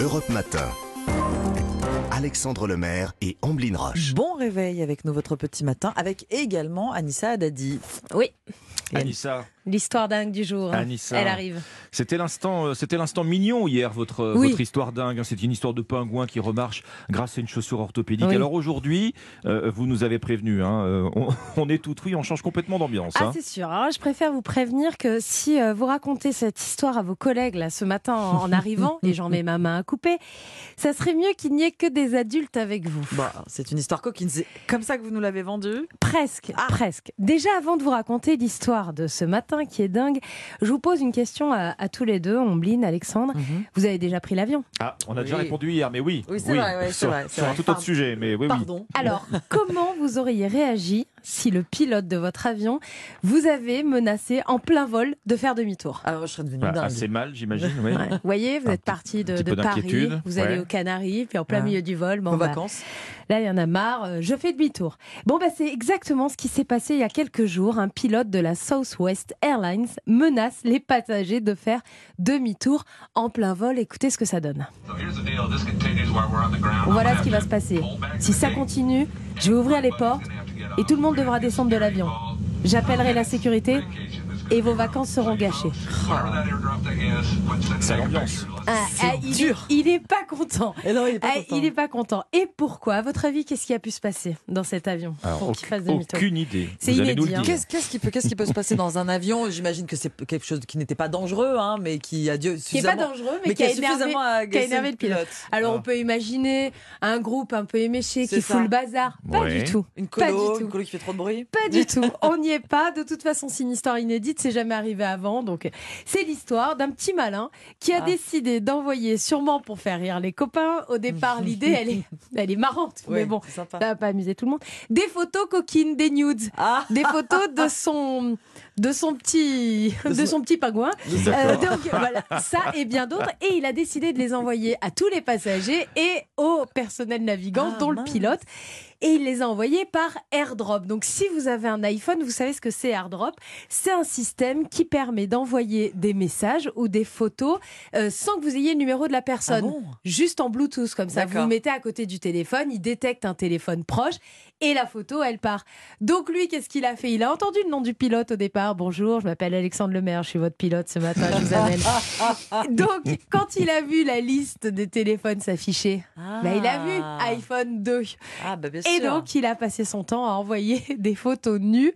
Europe Matin. Alexandre Lemaire et Amblin Roche. Bon réveil avec nous, votre petit matin, avec également Anissa Haddadi. Oui, Et elle- Anissa, l'histoire dingue du jour. hein. Anissa. Elle arrive. c'était l'instant, euh, c'était l'instant mignon hier, votre, euh, Oui. votre histoire dingue. hein. C'était une histoire de pingouin qui remarche grâce à une chaussure orthopédique. Oui. Alors aujourd'hui, euh, vous nous avez prévenu, hein, euh, on, on est tout oui, on change complètement d'ambiance. Ah, hein. c'est sûr. Alors, je préfère vous prévenir que si euh, vous racontez cette histoire à vos collègues là, ce matin en, en arrivant, et j'en mets ma main à couper, ça serait mieux qu'il n'y ait que des adultes avec vous. Bon, c'est une histoire coquine. C'est comme ça que vous nous l'avez vendue Presque, presque. Déjà, avant de vous raconter l'histoire de ce matin qui est dingue, je vous pose une question à, à tous les deux, Ombline, Alexandre. Vous avez déjà pris l'avion Ah, on a déjà Oui. répondu hier, mais oui. Oui, c'est vrai, ouais, c'est sur, vrai, c'est sur un vrai. tout Pardon. autre sujet, mais oui, oui. Pardon. Alors, comment vous auriez réagi si le pilote de votre avion vous avait menacé en plein vol de faire demi-tour Alors, je serais devenue Bah, dingue. assez mal, j'imagine. oui. Vous voyez, vous Un êtes petit- parti de, petit de peu Paris, d'inquiétude, vous allez ouais. aux Canaries, puis en plein Ah. milieu du vol, bon, En bah, vacances là il y en a marre, euh, je fais demi-tour. Bon, bah, c'est exactement ce qui s'est passé il y a quelques jours. Un pilote de la Southwest Airlines menace les passagers de faire demi-tour en plein vol. Écoutez ce que ça donne. Voilà ce qui va se passer. Si ça continue, je vais ouvrir les portes et tout le monde devra descendre de l'avion. J'appellerai la sécurité et vos vacances seront gâchées. C'est l'ambiance. Ah, ah, il, dur. il est pas content. Eh non, il est pas Ah, content. il est pas content. Et pourquoi, à votre avis, qu'est-ce qui a pu se passer dans cet avion Alors, pour qu'il aucune- fasse demi-tour aucune idée. C'est Vous allez nous inédit, le hein. dire. Qu'est-ce qu'est-ce qui, peut- qu'est-ce qui peut se passer dans un avion J'imagine que c'est quelque chose qui n'était pas dangereux, hein, mais qui a dû Qui est pas suffisamment... dangereux, mais, mais qui a énervé. suffisamment qui a agacé énervé le pilote. Alors on peut imaginer un groupe un peu éméché C'est qui ça. fout le bazar. Pas Ouais. du tout. Une Pas colo, du tout. une colo qui fait trop de bruit. Pas du tout. On n'y est pas. De toute façon, c'est une histoire inédite. C'est jamais arrivé avant. Donc, c'est l'histoire d'un petit malin qui a Ah. décidé d'envoyer, sûrement pour faire rire les copains. Au départ, l'idée, elle est, elle est marrante. mais Ouais, bon, c'est sympa. ça va pas amuser tout le monde. Des photos coquines, des nudes. Ah, Des photos de son, de son petit, de son petit pingouin. Euh, D'accord. donc voilà, ça et bien d'autres. Et il a décidé de les envoyer à tous les passagers et au personnel navigant, Ah, dont mince. le pilote. Et il les a envoyés par airdrop. Donc si vous avez un iPhone, vous savez ce que c'est airdrop. C'est un système qui permet d'envoyer des messages ou des photos euh, sans que vous ayez le numéro de la ah personne. bon Juste en Bluetooth, comme ça. Vous D'accord. le mettez à côté du téléphone, il détecte un téléphone proche et la photo, elle part. Donc, lui, qu'est-ce qu'il a fait Il a entendu le nom du pilote au départ. Bonjour, je m'appelle Alexandre Lemaire, je suis votre pilote ce matin, je vous Ah, appelle. Donc, quand il a vu la liste des téléphones s'afficher, bah, il a vu Ah. iPhone 2. Ah, bah, bien sûr. Et donc, il a passé son temps à envoyer des photos nues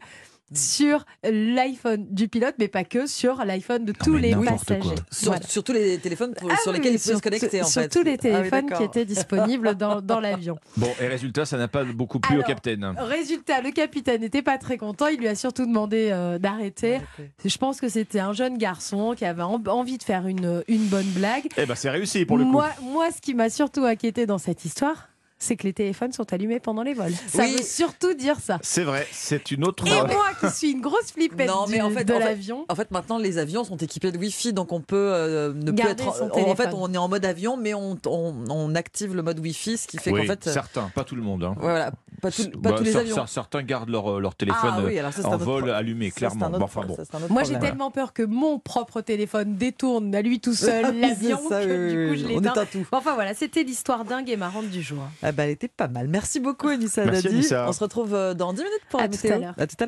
Hmm. sur l'iPhone du pilote, mais pas que, sur l'iPhone de tous mais les n'importe passagers. quoi. Sur, Voilà. sur tous les téléphones pour- Ah sur oui, lesquels oui, il pouvait se sur- connecter, en sur fait. tous les Ah oui, téléphones qui d'accord. étaient disponibles dans, dans l'avion. Bon, et résultat, ça n'a pas beaucoup plu Alors, au capitaine. Résultat, le capitaine n'était pas très content. Il lui a surtout demandé euh, d'arrêter. Je pense que c'était un jeune garçon qui avait en- envie de faire une, une bonne blague. Eh ben, c'est réussi pour le coup. moi, moi, ce qui m'a surtout inquiété dans cette histoire, c'est que les téléphones sont allumés pendant les vols. Ça Oui. Ah veut surtout dire ça. C'est vrai, c'est une autre. Et moi qui suis une grosse flippette Non, mais du- en fait- de en fait- l'avion. En fait, maintenant, les avions sont équipés de Wi-Fi, donc on peut euh, ne plus Garder être. son en- en fait, téléphone. on est en mode avion, mais on, on- on active le mode Wi-Fi, ce qui fait Oui, qu'en fait, euh, certains, pas tout le monde. hein. voilà, pas, tout- pas Bah, tous les cer- avions. cer- Certains gardent leur, euh, leur téléphone ah euh, oui, alors ça, c'est un en autre vol pro- allumé, ça, c'est un clairement. autre Bon, enfin pro- bon. ça, c'est un autre Oh Moi, j'ai problème. tellement peur que mon propre téléphone détourne à lui tout seul Ah Oui, c'est l'avion ça, que oui, du coup, oui, je oui. On l'éteins. est un tout. Enfin voilà, c'était l'histoire dingue et marrante du jour. Ah bah, elle était pas mal. Merci beaucoup, Anissa Merci, Dadi. Anissa. On se retrouve euh, dans 10 minutes pour À la tout à météo. l'heure. À tout à l'heure.